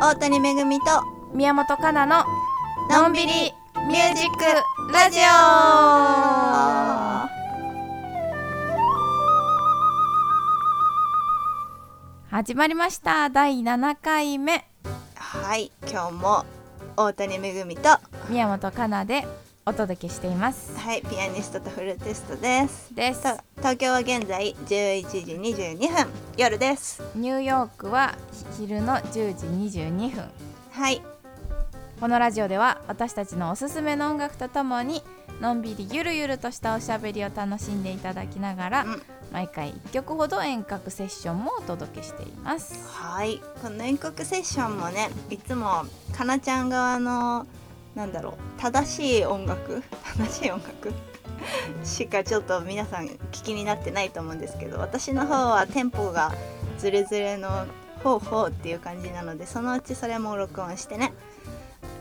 大谷めぐみと宮本かなののんびりミュージックラジオ始まりました第7回目はい今日も大谷めぐみとは宮本かなでお届けしていますいピアニストとフルーティストですですと東京は現在11時22分夜ですニューヨークは昼の10時22分はいこのラジオでは私たちのおすすめの音楽とともにのんびりゆるゆるとしたおしゃべりを楽しんでいただきながら、うん毎回1曲ほど遠隔セッションもお届けしていますはいこの遠隔セッションもねいつもかなちゃん側のなんだろう正しい音楽 正しい音楽しかちょっと皆さん聞きになってないと思うんですけど私の方はテンポがズレズレの「ほうほう」っていう感じなのでそのうちそれも録音してね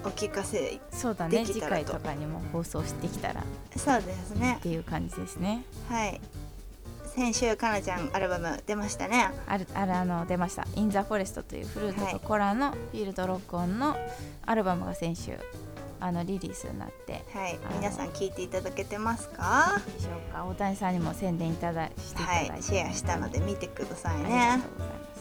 お聞かせそうだねでき次たら回ととかにも放送してきたらっそうですねていう感じですねはい先週かなちゃんアルバム出ましたねあるあるあの出ました「イン・ザ・フォレスト」というフルーはいトとコラのフィールド録音のアルバムが先週あのリリースになってはい皆さん聞いていただけてますかでしょうか大谷さんにも宣伝いただしていただはいて、シェアしたので見てくださいありねが。とうございま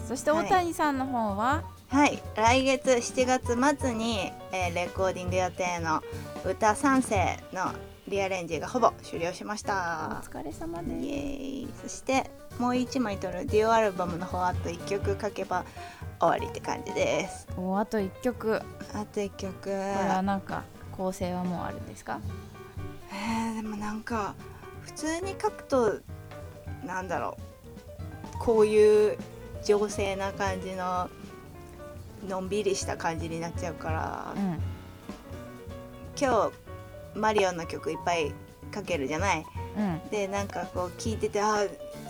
すそしてはい大谷さんの方は、はい、来月7月末に、えーレコーディング予定の歌三世のリアレンジがほぼ終了しましおた。疲れ様イエですーイ。そしてもう1枚取るデュオアルバムの方あと1曲書けば終わりって感じです。おあと1曲こあと1曲。れはなんか構成はもうあるんですかえーでもなんか普通に書くとなんだろうこういう情勢な感じののんびりした感じになっちゃうから、うん今日マリオの曲いっぱい書けるじゃないうんでなんかこう聞いててあー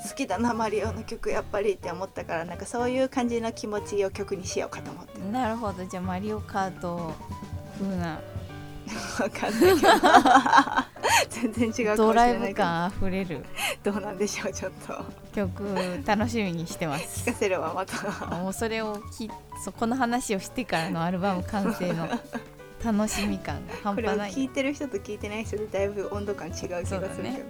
好きだなマリオの曲やっぱりって思ったからなんかそういう感じの気持ちを曲にしようかと思ってなるほどじゃあマリオカート風なわかんないけど 全然違うかもしれなドライいブけど感あふれるどうなんでしょうちょっと 曲楽しみにしてます聞かせればまたもうそれをきそこの話をしてからのアルバム完 成の楽しみ感が半これを端な聞いいてる人と聞いてない人でだいぶ温度感違う気がすそるうけだど、ね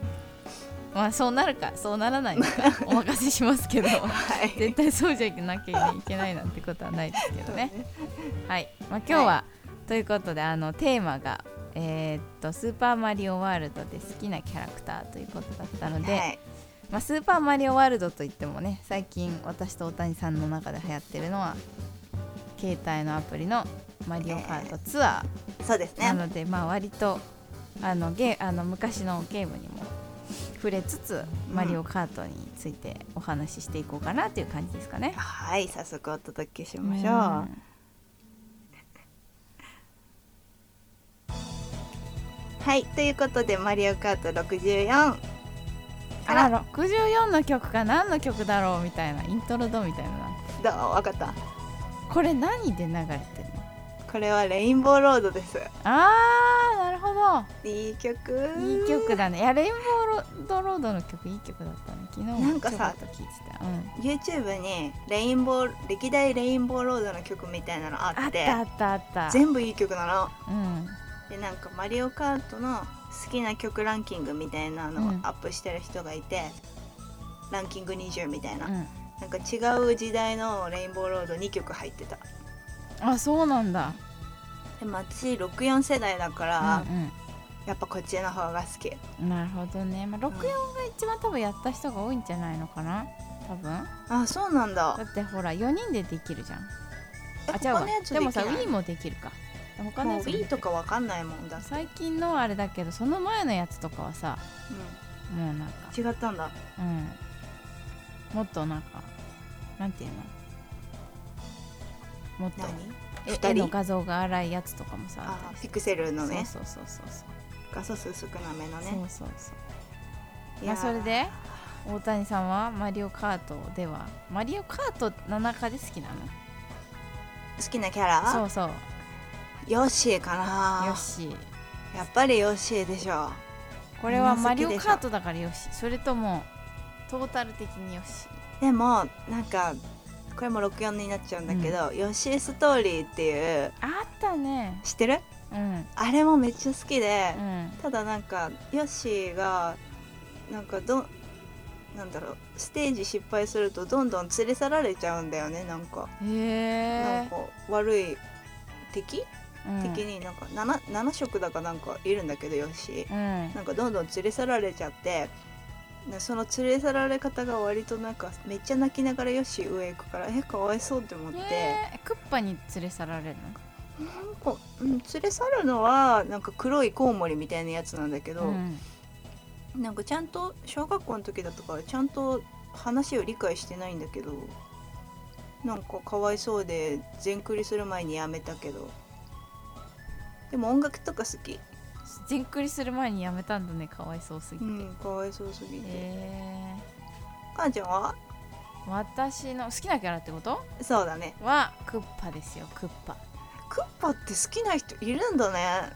まあそうなるかそうならな いのかお任せしますけどはい絶対そうじゃなきゃいけないなんてことはないですけどねはい、まあ、今日は、ということであのテーマが「えーっとスーパーマリオワールド」で好きなキャラクターということだったので、はいまあ、スーパーマリオワールドといってもね最近私と大谷さんの中で流行ってるのは携帯のアプリの「マリオカートツアそうですー」なねので、まあ割とあのゲあの昔のゲームにも触れつつうんマリオカートについてお話ししていこうかなという感じですかね。はい早速お届けしましうょんうはいということで「マリオカート64」あら64の曲か何の曲だろうみたいなイントロドみたいなどうわかったこれ何で流れてるのこれは「レインボーロード」ですあーなるほどいい曲いい曲だねいやレインボーロードロードの曲いい曲だったね昨日もなんかさちょこっと聞いてた、うん、 YouTube にレインボー歴代レインボーロードの曲みたいなのああっってたあったあった全部いい曲なのうんでなんか「マリオカート」の好きな曲ランキングみたいなのをうんアップしてる人がいて、ランキング20みたいな、うんなんか違う時代の「レインボーロード」2曲入ってたあそうなんだでも私64世代だかうんら、うやっぱこっちの方が好きんなるほどね、まあ、64が一番多分やった人が多いんじゃないのかな多分だあそうなんだってほら4人でできるじゃんえあ違うわ他のやつでもさきない Wii もできるか他のもやうつもでき Wii るとかわかんないもんだ、最近のはあれだけどその前のやつとかはさうもうなんか、ん、違ったんだうん、もっとなんかなんていうのもっと何え二絵の人画像が荒いやつとかもさあったありしピてクセルのねそうそうそうそう画素数少なめのそう、ねそうそうそういやまあーそれで大谷さんはマリオカートではマリオカートの中で好きなの好きなキャラそうそうヨッシーかなよしやっぱりヨッシーでしょこれはみんなマ好きリでしょオカートだからよしそれともトータル的によしでもなんかこれも64になっちゃうんだけど、ヨシーストーリーっていうあったね知ってるうんあれもめっちゃ好きでう、んただなんかヨッシーがなんかどなんだろうステージ失敗するとどんどん連れ去られちゃうんだよねなんか、へなんえか悪い敵、うん敵になんか 7, 7色だかなんかいるんだけどヨッシーうんなんかどんどん連れ去られちゃってなその連れ去られ方が割となんかめっちゃ泣きながらヨッシー上行くからえかわいそうって思って、へークッパに連れ去られるなんか、うん、連れ去るのはなんか黒いコウモリみたいなやつなんだけど、のうんなんかちゃんと小学校の時だったからちゃんと話を理解してないんだけどなんかかわいそうで全クリする前にやめたけどでも音楽とか好き、全クリする前にやめたんだねかわいそうすぎうてん、かわいそうすぎて、へ母ちゃんはー私の好きなキャラってことそうだねはクッパですよクッパクッパって好きな人いるんだね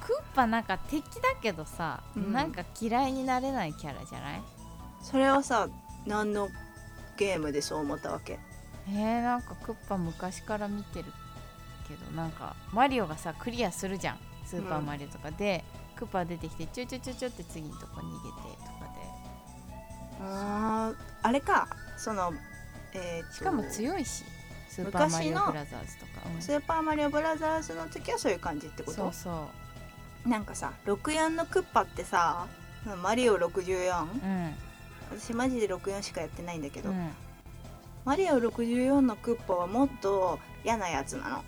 クッパなんか敵だけどさ、うんなんか嫌いになれないキャラじゃないそれはさ何のゲームでそう思ったわけえー、なんかクッパ昔から見てるけどなんかマリオがさクリアするじゃんスーパーマリオとかで、クッパ出てきてチュチュチュチュって次のとこ逃げてとかであーあれかそのえーとしかも強いしスーパーマリ昔オのブラザーズとか、うんスーパーマリオブラザーズの時はそういう感じってことそうそうなんかさ64のクッパってさマリオ64うん私マジで64しかやってないんだけど、うんマリオ64のクッパはもっと嫌なやつなの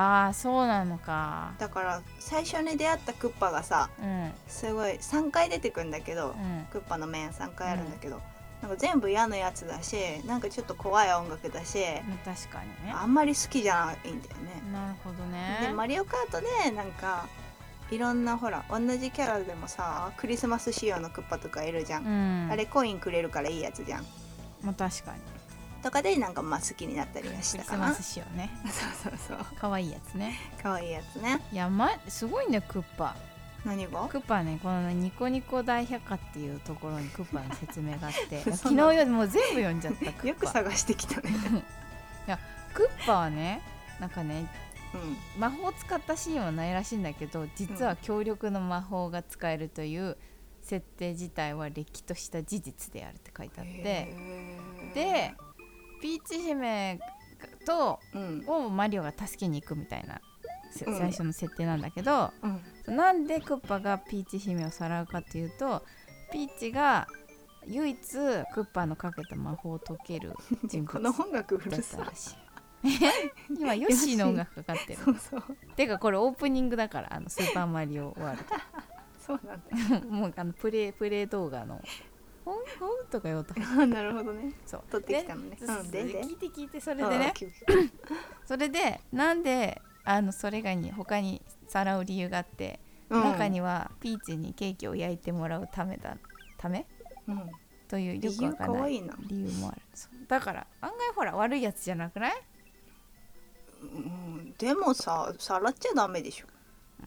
ああそうなのかだから最初に出会ったクッパがさうんすごい3回出てくんだけど、うんクッパの面3回あるんだけど、なんか全部嫌なやつだしなんかちょっと怖い音楽だし確かにねあんまり好きじゃないんだよね、なるほどでねマリオカートでなんかいろんなほら同じキャラでもさクリスマス仕様のクッパとかいるじゃんうんあれコインくれるからいいやつじゃんまあ確かにとかでなんかまあ好きになったりはしたクリかスなマそスう仕様ねそうそう可愛いやつね可愛いやつねいや、ま、すごいねクッパ何がクッパはねこのねニコニコ大百科っていうところにクッパの説明があって 嘘だ昨日よりもう全部読んじゃったクよッくパ探してきたねクッパはねなんかねうん魔法を使ったシーンはないらしいんだけど実は強力な魔法が使えるという設定自体はれっきとした事実であるって書いてあってへーでピーチ姫とうんをマリオが助けに行くみたいなせうん最初の設定なんだけど、うんなんでクッパがピーチ姫をさらうかっていうとピーチが唯一クッパのかけた魔法を解けるで 人この物だっ音楽うるたさらしい。え 今ヨッシーの音楽かかっているそうそうてかこれオープニングだからあのスーパーマリオワールそうなん ドもうあのプレイプレイ動画の「ほんほん」とか言おうとだなるほどねそう撮ってきたのねでうんでで聞いて聞いてそそれでねそれでなんであのそれがに他にさらう理由があって、中にはピーチにケーキを焼いてもらうためだためうんというよ理くわ由か可んない愛いな理由もあるそうだから案外ほら悪いやつじゃなくない、うんでもささらっちゃダメでしょ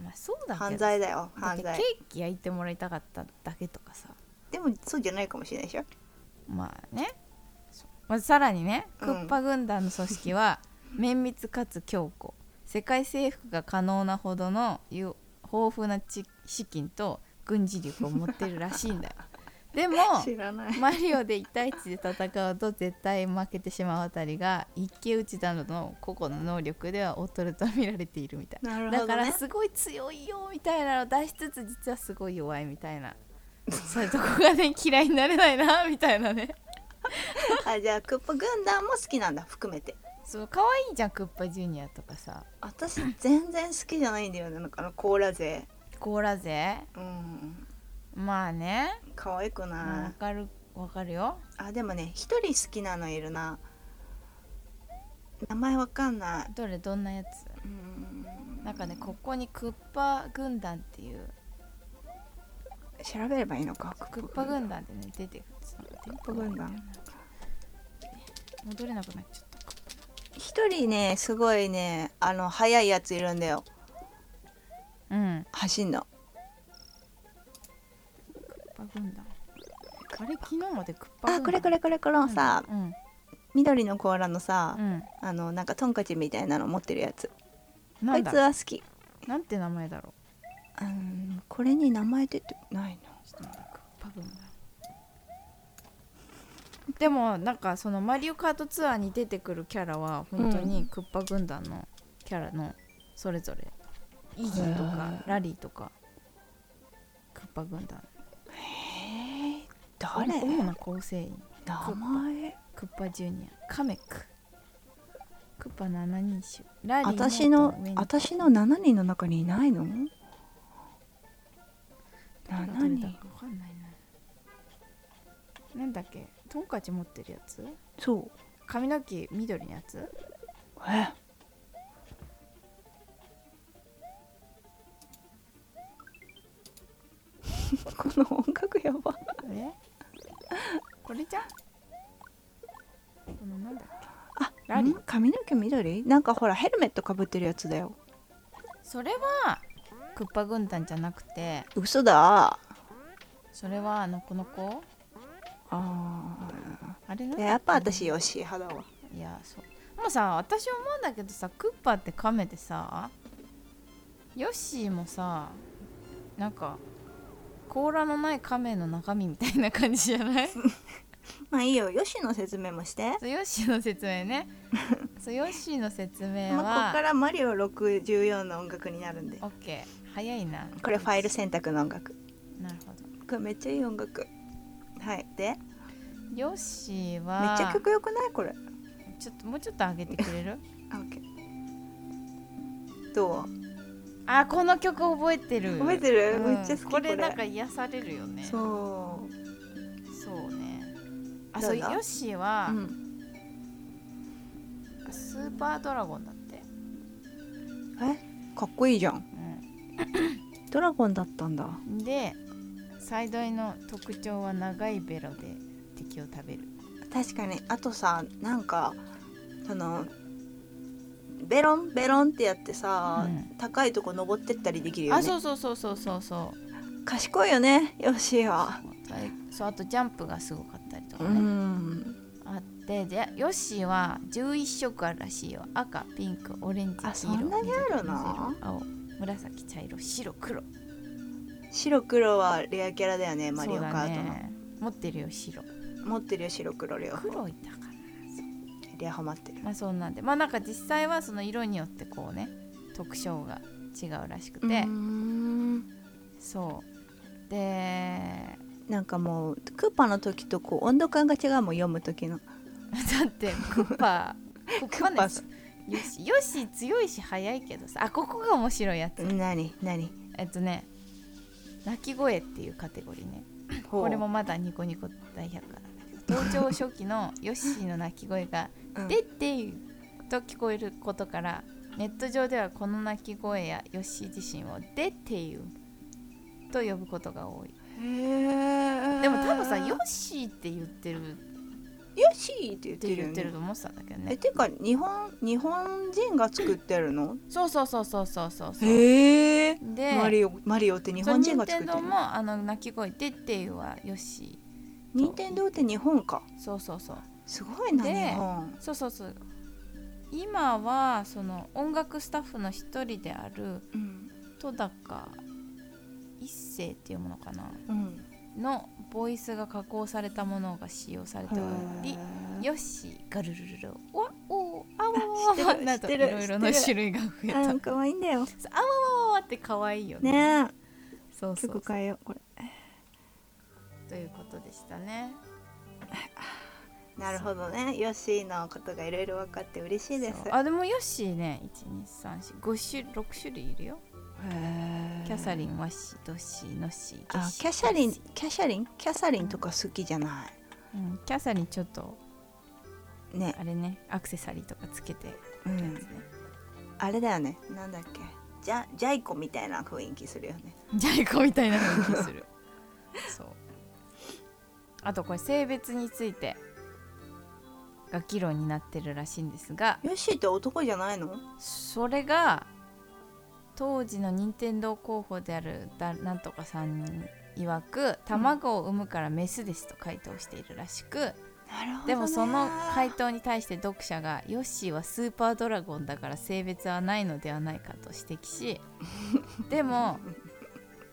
まあ、そうだけど犯罪だよだっ犯てケ罪ーキ焼いてもらいたかっただけとかさでもそうじゃないかもしれないでしょまあねそうまずさらにねうクんッパ軍団の組織 は綿密かつ強固世界征服が可能なほどのゆ豊富なち資金と軍事力を持ってるらしい んだよでも知ら ないマリオで1対1で戦うと絶対負けてしまうあたりが一騎打ちなどの個々の能力では劣ると見られているみたいなるほどだねからすごい強いよみたいなのを出しつつ実はすごい弱いみたいなそういうとこがね嫌いになれないなみたいなねあじゃあクッパ軍団も好きなんだ含めて そう可愛いじゃんクッパジュニアとかさ私全然好きじゃないんだよねなんかあのコーラ勢コーラ勢うんまあね可愛くまあわなかるわかるよいあでもね一人好きなのいるな名前わかんないどれどんなやつうんなんかねここにクッパ軍団っていう調べればいいのかクッパ軍団でね出てくるクッパ軍団戻れなくなっちゃった一人ねすごいねあの速いやついるんだようん走んのクッパ軍団あれ昨日までクッパ軍団あこれこれこれこのさ、うん緑の甲羅のさう、んあのなんかトンカチみたいなの持ってるやつなあんいつだは好きなんて名前だろうんこれに名前出てないなうちょっと待ってパブもでもなんかその「マリオカートツアー」に出てくるキャラは本当うにクッパ軍団のキャラのそれぞれイギーとかラリーとかクッパ軍団えー、誰主な構成員名前クッパジュニアカメククッパ7人種ラリー私のノート上に私の7人の中にいないの誰が7取れた人か分かんないななんだっけトンカチ持ってるやつそう髪の毛緑のやつ えこの音楽やばえこれじゃんこのなんだっけあラリーん髪の毛緑なんかほらヘルメットかぶってるやつだよそれはクッパ軍団じゃなくて嘘だそれはあのこの子ああれなんーだやっぱ私ヨッシー派だわいやそうでもさ私思うんだけどさクッパってカメでさヨッシーもさなんか甲羅のないカメの中身みたいな感じじゃ ないそまあいいよヨッシーの説明もしてうヨッシーの説明ねそうヨッシーの説明まあ、ここかはらマリオ64の音楽になるんでオッケー早いなこれファイル選択の音楽なるほどこれめっちゃいい音楽はいでヨッシーめっはちゃ曲良くないこれちょっともうちょっと上げてくれる あ OK どあこの曲覚えてるう覚えてる、うんめっちゃ好きこれなんか癒されるよねそうそう、ねあどそううだヨッシーは、うん、スーパードラゴンだって、えかっこいいじゃんドラゴンだったんだで最大の特徴は長いベロで敵を食べる確かにあとさなんかそのベロンベロンってやってさ、うん高いとこ登ってったりできるよねあそうそうそうそうそうそう賢いよねヨッシーはそうそうあとジャンプがすごかったりとかうね、んあってでヨッシーは11色あるらしいよ赤ピンクオレンジあ黄そ色んなにあるの緑青紫茶色白黒白黒はレアキャラだよねマリオカーそうトだの、ね、持ってるよ白持ってるよ白黒両方黒いたかなレアハマってるまあそんなんでまあなんか実際はその色によってこうね特徴が違うらしくて、うーんそうで なんかもうクーパーの時とこう温度感が違うもん読む時のだってクッパ ククーパーねさよしよし強いし早いけどさあここが面白いやつ何何えっとね鳴き声っていうカテゴリーねほうこれもまだニコニコ大百科なんだけど登場初期のヨッシーの鳴き声がうんでっていうと聞こえることからネット上ではこの鳴き声やヨッシー自身を「でっていう」と呼ぶことが多いででも多分さ「ヨよッシー」って言ってるっよしーって言ってるてよ言ってるねと思ってたんだけどえねてか日本日本人が作ってるのそうそうそうそうそうそうそうへえでマリオマリオって日そう本人が任作天って堂るのもあの鳴き声「でっていう」はヨッシ任天堂って日本かーそうそうそうすごいなで日本そうそうそう今はその音楽スタッフの一人であるうん戸高一世っていうものかなうんのボイスが加工されたものが使用されておりヨッシーガルルルルワオーアワ知ワっワてるなど知いってるろいろな知って種類が増えたあん可愛いんだよそうアワワワワって可愛いよねねえそうそうそう曲変えようこれということでしたねなるほどねヨッシーのことがいろいろ分かって嬉しいですそうあでもヨッシーね12345種6種類いるよキャサリンワッシードッシーノッシーゲあシーキャサリンキャサリンキャサリンとか好きじゃなうんキャサリンちょっといねあれねアクセサリーとかつけてうるやつんね、あれだよねなんだっけジャジャイコみたいな雰囲気するよねジャイコみたいな雰囲気するそうあとこれ性別についてが議論になってるらしいんですがヨッシーって男じゃないのそれが当時の任天堂候補であるだなんとかさん曰く卵を産むからメスですと回答しているらしくなるほどねでもその回答に対して読者がヨッシーはスーパードラゴンだから性別はないのではないかと指摘しでも、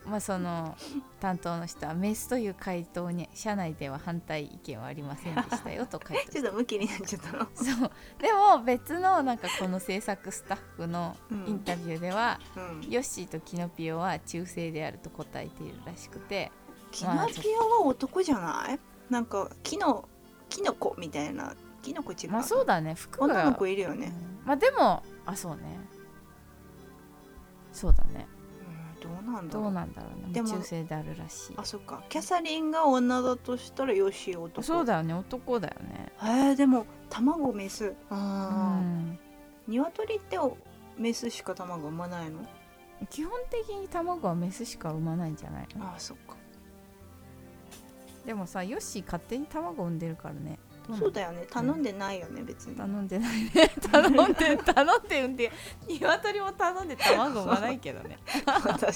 まあ、その担当の人はメスという回答に社内では反対意見はありませんでしたよと回答 ちょしったとムキになっちゃったのそうでも別のなんかこの制作スタッフのインタビューでは、うんヨッシーとキノピオは中性であると答えているらしくてキノピオは男じゃないなんかキノキノコみたいなキノコ違う、まあそうだね服女がの子いるよね、うんまあでもあそうねそうだねうん、どうなんだろどううなんだろうねでも中性であるらしあいそっかキャサリンが女だとしたらヨシー男そうだよね男だよねえー、でも卵メスうあーん鶏ってメスしか卵産まないの基本的に卵はメスしか産まないんじゃないのあーそっかでもさヨッシー勝手に卵産んでるからねどなのそうだよね頼んでないよね別に頼んでないね 頼んで頼んで産んで鶏も頼んで卵産まないけど ね確かに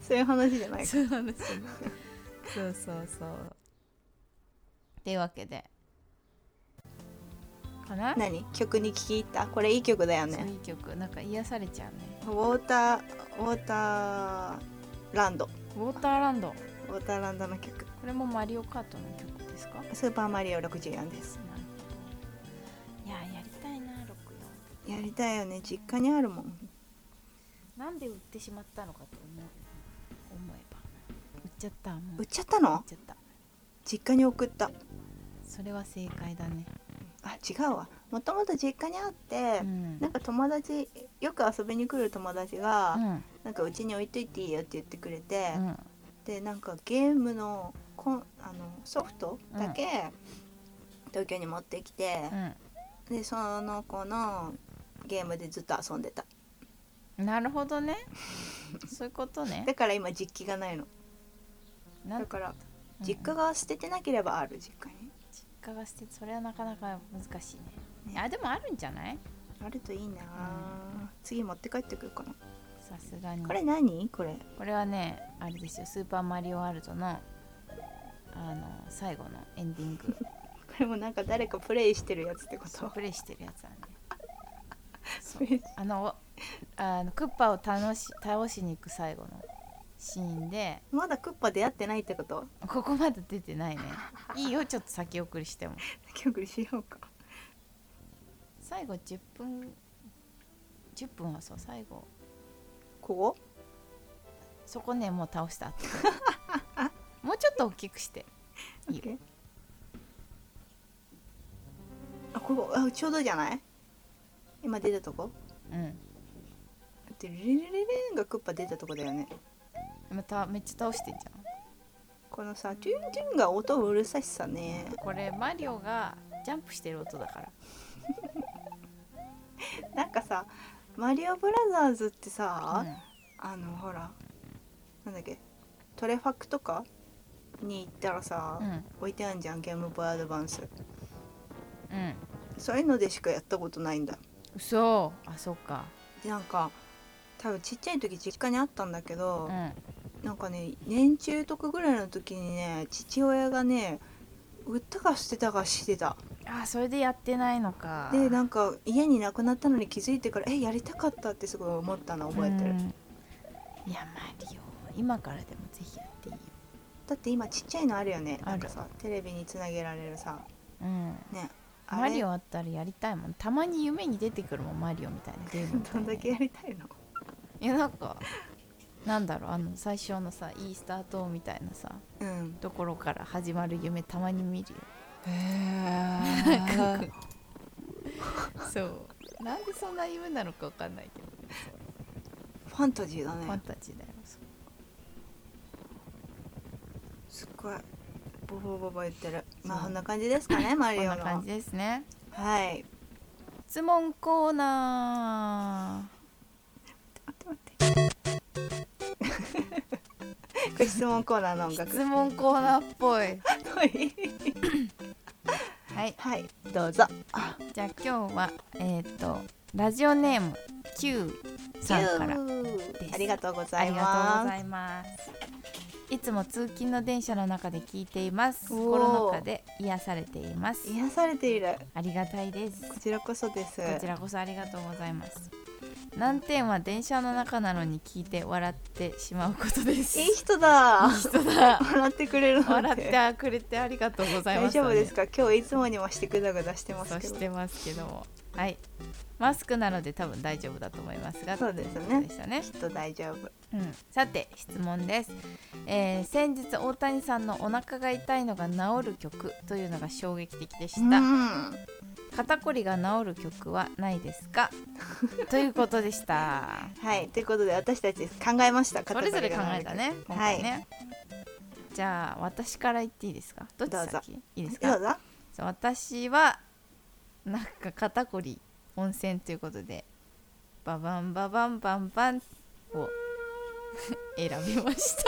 そういう話じゃないかそうなんですよねそうそうそうっていうわけでかな何曲に聴き入ったこれいい曲だよそうねいい曲なんか癒されちゃうねウォーターウォーターランドウォーターランドウォーターランドの曲これもマリオカートの曲ですかスーパーマリオ64ですいややりたいな六やりたいよね実家にあるもん四。なんで売ってしまったのかと思う思えば売っちゃったもう売っちゃったの売っちゃった実家に送ったそれは正解だねあ違うわもともと実家にあってう、んなんか友達よく遊びに来る友達が、うんなんかうちに置いといていいよって言ってくれて、うんでなんかゲームのコンあのソフトだけ、東京に持ってきて、でその子のゲームでずっと遊んでたうんなるほ どねそういうことねだから今実機がないのなんだから実家が捨ててなければある実家に実家がしてそれはなかなか難しいねねあでもあるんじゃないあるといいなあ、次持って帰ってくるかなさすがにこれ何これこれはねあれですよ「スーパーマリオワールドの」あの最後のエンディングこれもなんか誰かプレイしてるやつってこそうとプレイしてるやつだねそうプレイあのあのクッパを楽し倒しに行く最後のシーンで まだクッパ出会ってないってことここまで出てないねいいよちょっと先送りしても先送りしようか最後10分10分はそう最後ここそこねもう倒した後もうちょっと大きくしていいよ OK あここあちょうどじゃない今出たとこうんだってリリリリンがクッパ出たとこだよねまためっちゃ倒してんじゃんこのさチュンチュンが音うるさしさねこれマリオがジャンプしてる音だからなんかさマリオブラザーズってさ、うんあのほらなんだっけトレファクとかに行ったらさ、うん置いてあんじゃんゲームボーイアドバンスうんそういうのでしかやったことないんだ嘘あそっかでなんか多分ちっちゃい時実家にあったんだけうど、んなんかね年中得ぐらいの時にね父親がね売ったか捨てたかしてたあそれでやってないのかでなんか家になくなったのに気づいてからえやりたかったってすごい思ったの覚えてる、うんいやマリオ今からでもぜひやっていいよだって今ちっちゃいのあるよねあるなんかさテレビにつなげられるさうんあれマリオあったらやりたいもんたまに夢に出てくるもんマリオみたいなゲー ムみたどいんなだけやりたいのいやなんかなんだろうあの最初のさいいスタートみたいなさうんところから始まる夢たまに見るよへなんえかそうなんでそんな夢なのかわかんないけどねそうファンタジーだファンねタジーだよそうすっごいボボボボ言ってるまあそうこんな感じですかねマリこんオ なの感じですねはい質問コーナ 待って待ってこれ質問コーナーの音ー楽質問コーナーっぽいはいはいどうぞじゃあ今日はえっ、とラジオネーム Q さんからキューですありがとうござあいりがとうごまざいますいつも通勤の電車の中で聞いていますおーコロナ禍で癒されています癒されているありがたいですこちらこそですこちらこそありがとうございます難点は電車の中なのに聞いて笑ってしまうことですいい人だいい人だ笑ってくれるなん笑っててくれてありがとうございま大す、丈夫ですか今日いつもにもしてグダグダしてますそうけどしてますけどもはいマスクなので多分大丈夫だと思いますがそうですねといことでしたねきっと大丈夫うん、さて質問です、えー先日大谷さんの「お腹が痛いのが治る曲」というのが衝撃的でしうたん肩こりが治る曲はないですか ということでしたはいということで私たち考えましたそれぞれ考えたね今はい回ね、じゃあ私から言っていいですかどっちどうぞ先いいですどかう ぞそう私はなんか肩こり温泉ということでババンババンバンバンを 選びました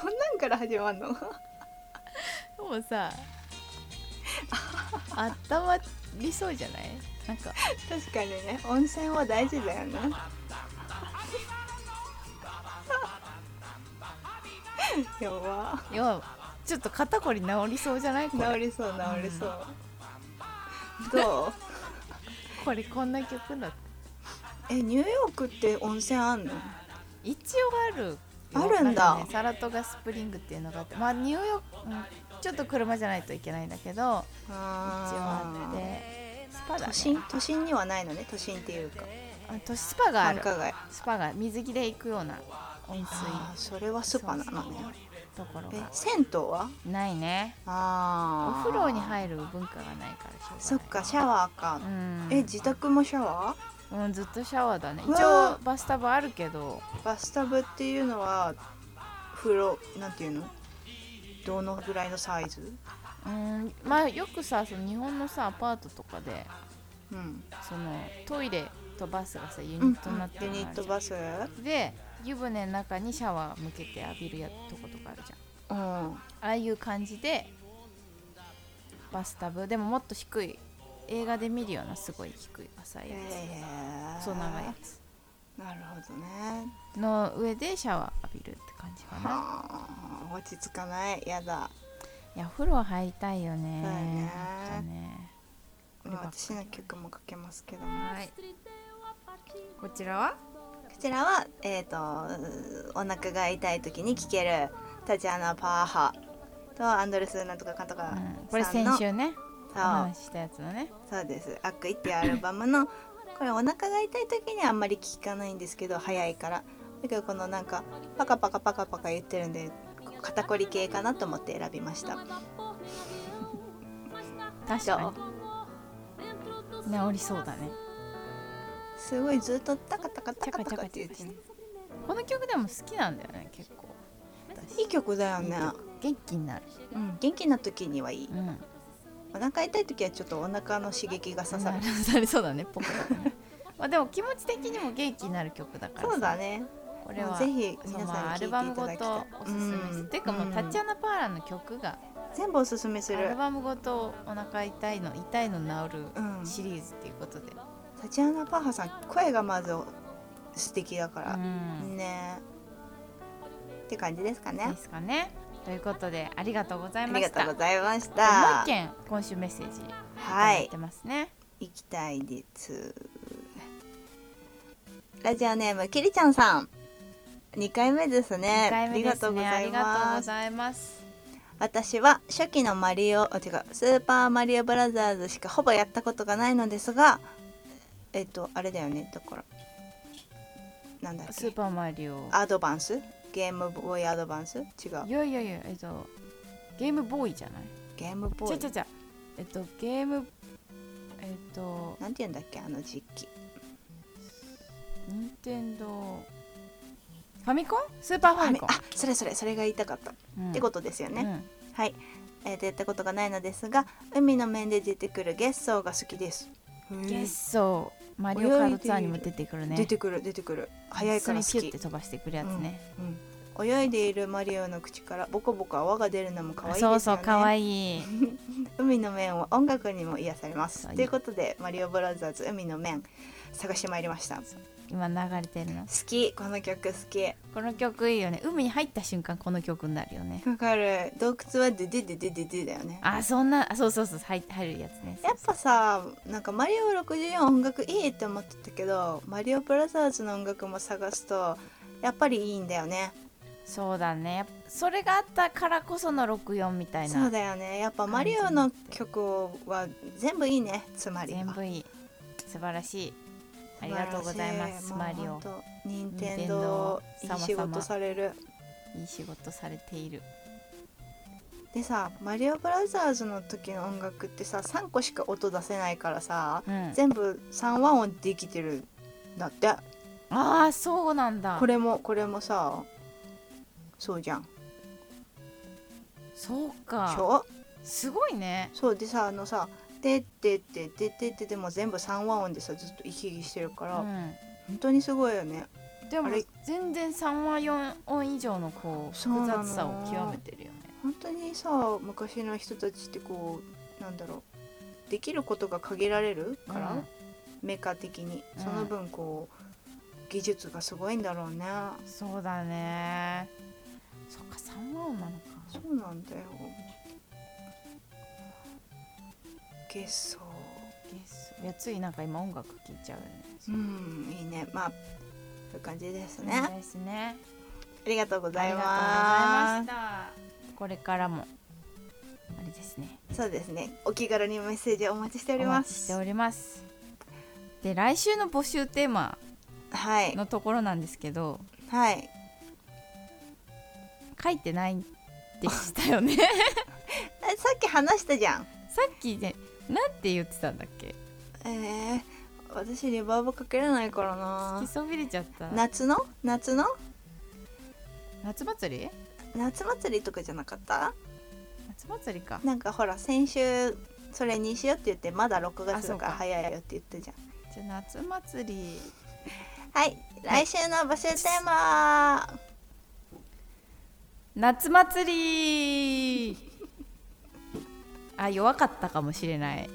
こんなんから始まるのもうさあったまりそうじゃないなんか確かにね温泉は大事だよ ねやば要はちょっと肩こり治りそうじゃないこ治れりそう治りそう、どうこれこんな曲だってえニューヨークって温泉あんの一応あるよあるんだかねサラトガスプリングっていうのがあってまあニューヨーク、うんちょっと車じゃないといけないんだけど一応あってスパだ、ね、都心都心にはないのね都心っていうかあ都市スパがあ繁る華街スパが水着で行くような温水あーそれはスパなのねところえが銭湯はないねおああ風呂に入る文化がないからしょうがないそっかシャワーかう、んえ自宅もシャワうん、ずっとシャワーだねう一わー応バスタブあるけどーバスタブっていうのは風呂なんていうのどのぐらいのサイズうんまあよくさその日本のさアパートとかでうんそのトイレとバスがさユニうんットになってユるのニあッるトじゃんバスうで湯船の中にシャワー向けて浴びるやとことかあるじゃんんああいう感じでバスタブでももっと低い映画で見るようなすごい低い浅いやえーつ細長いやつなるほどねの上でシャワー浴びるって感じかなはあ落ち着かないやだいやお風呂入りたいよねそうよねほんとねこれまばっあか私の曲もかけますけどもはいこちらはこちらは、えー、とお腹が痛い時に聴けるタチアナ・パーハとアンドレスなんとかかんとかうんこれさん先の、週ねおそう話ししたやつだねそうです「アックイ」っていうアルバムのこれお腹が痛い時にはあんまり聴かないんですけど早いからだけどこのなんかパカパカパカパカ言ってるんで肩こり系かなと思って選びました確かに治りそうだねすごいずっとタカタカタカタカって言ってねこの曲でも好きなんだよね結構いい曲だよね、元気になるうん、元気な時にはいいうんお腹痛い時はちょっとお腹の刺激が刺さる、されそうだねポコポコね まあでも気持ち的にも元気になる曲だからそうだねねこれはぜひそう皆まあさんアにル聞バいてムいただごきたいとおすすめです、うんていうかもう、んタチアナ・パーラの曲が全部おすすめすアルるバムごとお腹痛いの痛いの治るうんシリーズっていうことで、タチアナ・パーハさん声がまず素敵だかうら、んねって感じですかねですかね。ということでありがとうございあまりしがた。とうございましもうた一件今週メッセージいたはだいいてますね。行きたいですラジオネームきりちゃんさん2回目ですね二回あり目ですね。ありがとうござがいとうまごすざいます。私は初期のマリオあ違うスーパーマリオブラザーズしかほぼやったことがないのですがえっとあれだよねだからなんだっスーけパーマリオ。アドバンスゲームボーイアドバンス違ういやいやいやえっとゲームボーイじゃない。ゲームボちーゃちゃイちゃ。えっとゲームえっとなんて言うんだっけあの実機任天堂ファミコンスーパーファミコンあ。それそれそれが言いたかった、うんってことですよね、うんはいえっとやったことがないのですが海の面で出てくる月相が好きですゲッソーマリオカードツアーにも出てくるね。出てくる出てくる早いから普通好にキュきッて飛ばしてくるやつね。うん、泳いでいるマリオの口からボコボコ泡が出るのも可愛いですよそねうそう可愛いい。海の面を音楽にも癒されますはいということでマリオブラザーズ海の面探してまいりました好今流れてるの。きこの曲好きこの曲いいよね海に入った瞬間この曲になるよねわかる洞窟はデデデデデデだよねあそんなあそうそうそう入入るやつねやっぱさなんか「マリオ64」音楽いいって思ってたけど「マリオブラザーズ」の音楽も探すとやっぱりいいんだよねそうだねやっぱそれがあったからこその64みたいそうなだよねやっぱマリオの曲は全部いいねつまりは全部いい素晴らしいありがとうございます素マ晴らしリいもうオほんと任天堂いい仕任天堂事様々されるいい仕事されているでさ「マリオブラザーズ」の時の音楽ってさ3個しか音出せないからさ、うん全部3和音できてるんだってああそうなんだこれもこれもさそうじゃんでそうしかょすごいねそうでさあのさ「てってってててて」でも全部3和音でさずっと行き来してるから、う本当にすごいよねん、でもあれ全然3話4音以上のこうそう複なの雑さを極めてるよね本当にさ昔の人たちってこうなんだろうできることが限られるから、うんメカ的にうんその分こう、技術がすごいんだろうねそうだねそっか3話音なのかそうなんだよゲソですいやついなんか今音楽聴いちゃうよねうんいいねまあそういう感じですね、そうですねありがとうござありいがとうございまましたこれからもあれですねすそうですねお気軽にメッセージお待ちしておおりま待ちしすておりますで来週の募集テーマはいのところなんですけどはい書いてないんでしたよ ねあさっき話したじゃんさっきねなんて言ってたんだっけえー、私リバーブかけれないからな聞きそびれちゃった夏の夏の夏祭り夏祭りとかじゃなかった夏祭りかなんかほら先週それにしようって言ってまだ6月だからあそうか早いよって言ったじゃんじゃあ夏祭りはい来週の募集テーマ夏祭りあ弱かったかもしれない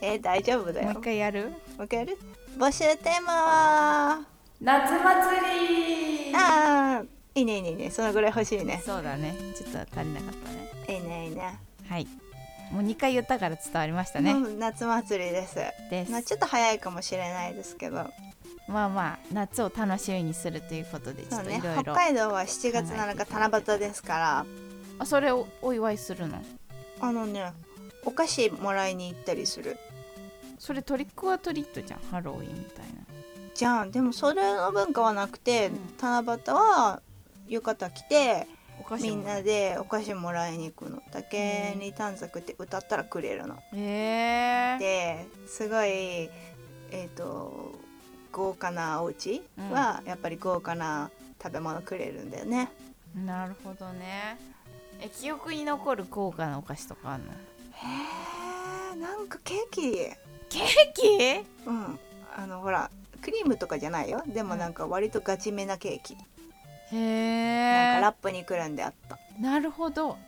えー、大丈夫だもよう一回やるもう一回やる募集テーマは夏祭りあーいいねいいねいいねそのぐらい欲しいねそうだねちょっと足りなかったいねいねいいねはいもう2回言ったから伝わりましたね、うん夏祭りですですまあちょっと早いかもしれないですけどまあまあ夏を楽しみにするということでちょそっうとねいろい北ろ海道は7月7日七夕ですからあそれをお祝いするのあのねお菓子もらいに行ったりするそれトリックはトリートじゃんハロウィンみたいなじゃんでもそれの文化はなくて、うん七夕は浴衣着てお菓子みもんなでお菓子もらいに行くのだけうんに短冊って歌ったらくれるの。えー、ですごいえっ、と豪華なお家はやっぱり豪華な食べ物くれるんだよね。なるほどねえ記憶に残る高価なお菓子とかあるのへえなんかケーキケーキうんあのほらクリームとかじゃないよでもなんか割とガチめなケーキ、へなんかえラップにくるんであったなるほど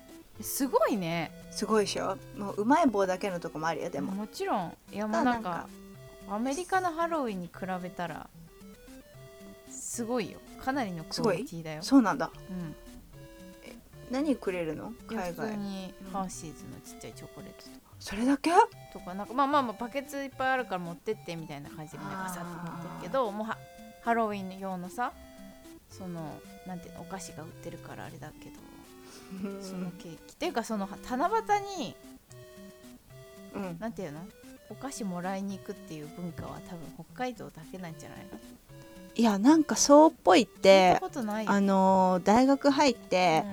すごいねすごいでしょもううまい棒だけのとこもあるよでももちろんいやもうなんあなかアメリカのハロウィンに比べたらすごいよかなりのクオリティだよ、そうなんだうん、何くれるのい海や普通外にうんハーシーズのちっちゃいチョコレートとかそれだけとかなんかまあまあまあバケツいっぱいあるから持ってってみたいな感じでみんなガサッと持ってるけどもうはハロウィン用のさそのなんていうのお菓子が売ってるからあれだけどそのケーキっていうかその七夕にうんなんていうのお菓子もらいに行くっていう文化は多分北海道だけなんじゃないのいやなんかそうっぽいっ聞いてたことないよ、あのー大学入っうて、ん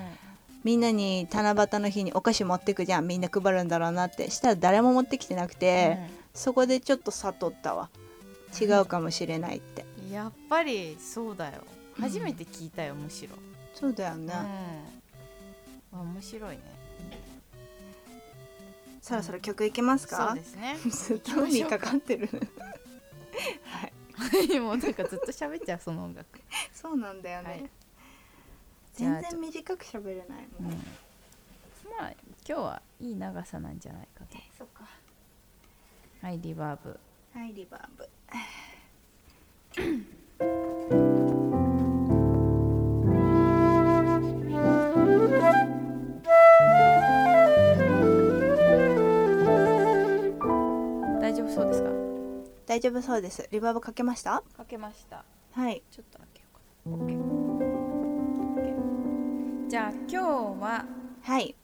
みんなに七夕の日にお菓子持ってくじゃんみんな配るんだろうなってしたら誰も持ってきてなくて、そこでちょっと悟ったわ違うかもしれないってうんやっぱりそうだようん初めて聞いたよむしろ、そうだようんね、あ面白いねそろそろ曲いけますそうかですねずっと海かかってるはい もうなんかずっと喋っちゃうその音楽 そうなんだよね、はいじゃ全あ然短く喋れないもん、うんまあ今日はいい長さなんじゃないかとそっかはいリバーブはいリバーブ大丈夫そうですリバーブかけましたかけましたはいちょっと開けようかな OK, OK じゃあ今日ははい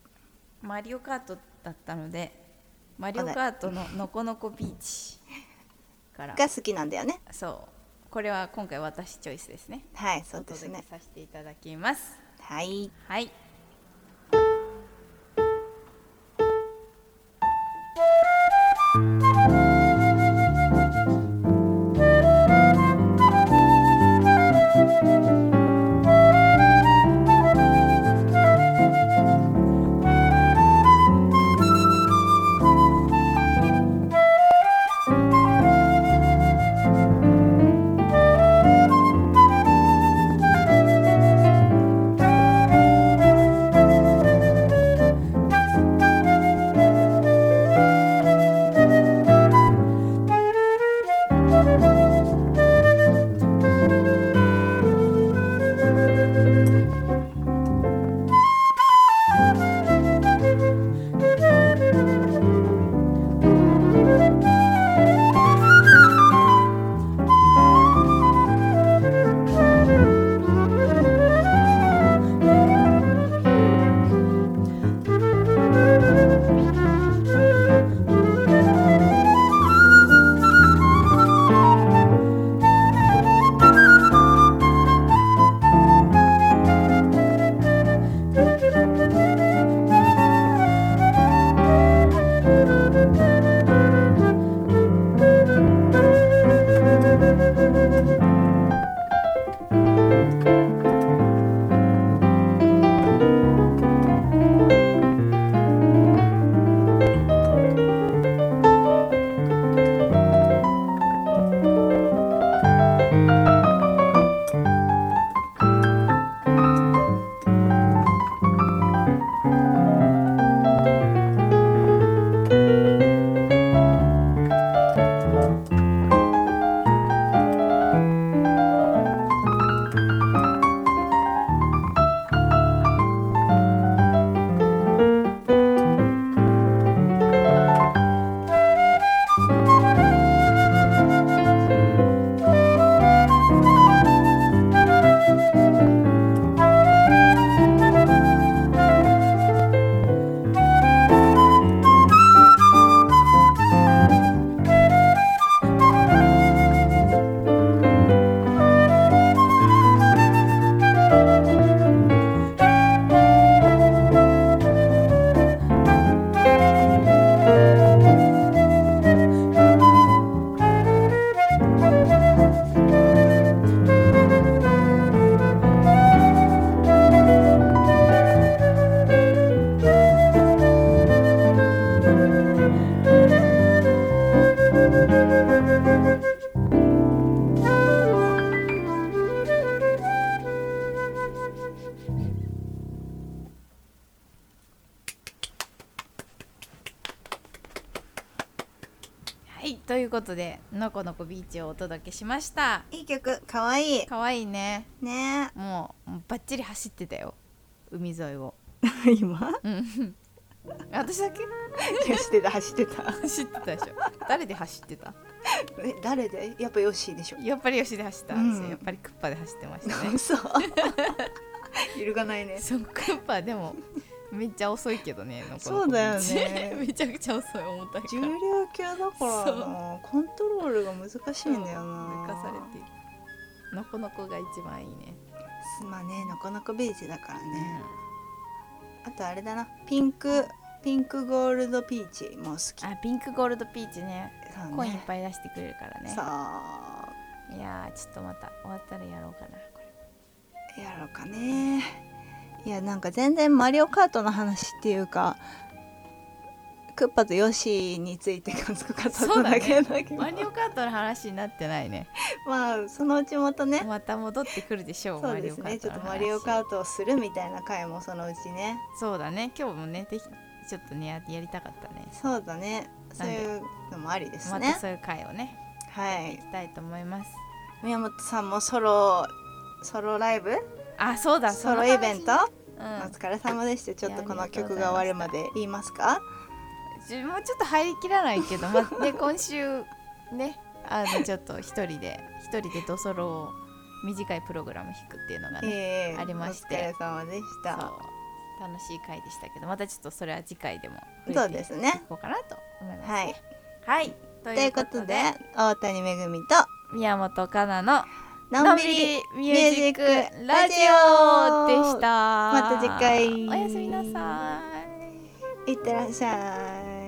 マリオカートだったのでマリオカートののこのこビーチからが好きなんだよねそうこれは今回私チョイスですねはいそおうです届ねけさせていただきますはいはいはいということでのこのこビーチをお届けしましたいい曲かわいいかわいいねねもうもうバッチリ走ってたよ海沿いを 今うん私だけしてた走ってた走ってたでしょ誰で走ってた え誰でやっぱヨッシーでしょやっぱり吉で走った、うんそうやっぱりクッパで走って ましたね嘘揺るがないねそうクッパでもめっちゃ遅いけどねのこのこそうだよね めちゃくちゃ遅い重たいか重ら量級だからなコントロールが難しいんだよな抜かされているのこのこが一番いいね、まあねなかなかビーチだからね、あとあれだなピンクピンクゴールドピーチも好きあピンクゴールドピーチねそうねコインいっぱい出してくれるからねそういやーちょっとまた終わったらやろうかなこれやろうかねいやなんか全然「マリオカート」の話っていうかクッパとヨシについて感想語っただけだけどマリオカートの話になってないねまあそのうちまたねまた戻ってくるでしょうそうですねちょっと「マリオートの話カート」をするみたいな回もそのうちねそうだね今日もねぜひちょっとねややりたかったねそうだねそういうのもありですまねたそういう回をねはいしたいと思います宮本さんもソロソロライブあそうだソロイベント、そのお話疲れ様でしたちょっとこの曲が終わるまで言いますかうん、自分もちょっと入りきらないけど、まあ、ね今週ねあのちょっと一人で一人でドソロを短いプログラム弾くっていうのがね、ええありましてお疲れ様でしたそう楽しい回でしたけどまたちょっとそれは次回でもそうですねいこうかなと思います。はいはい、とということで大谷めぐみと宮本かなののんびりミュージックラジオでした。また次回おやすみなさい。いってらっしゃい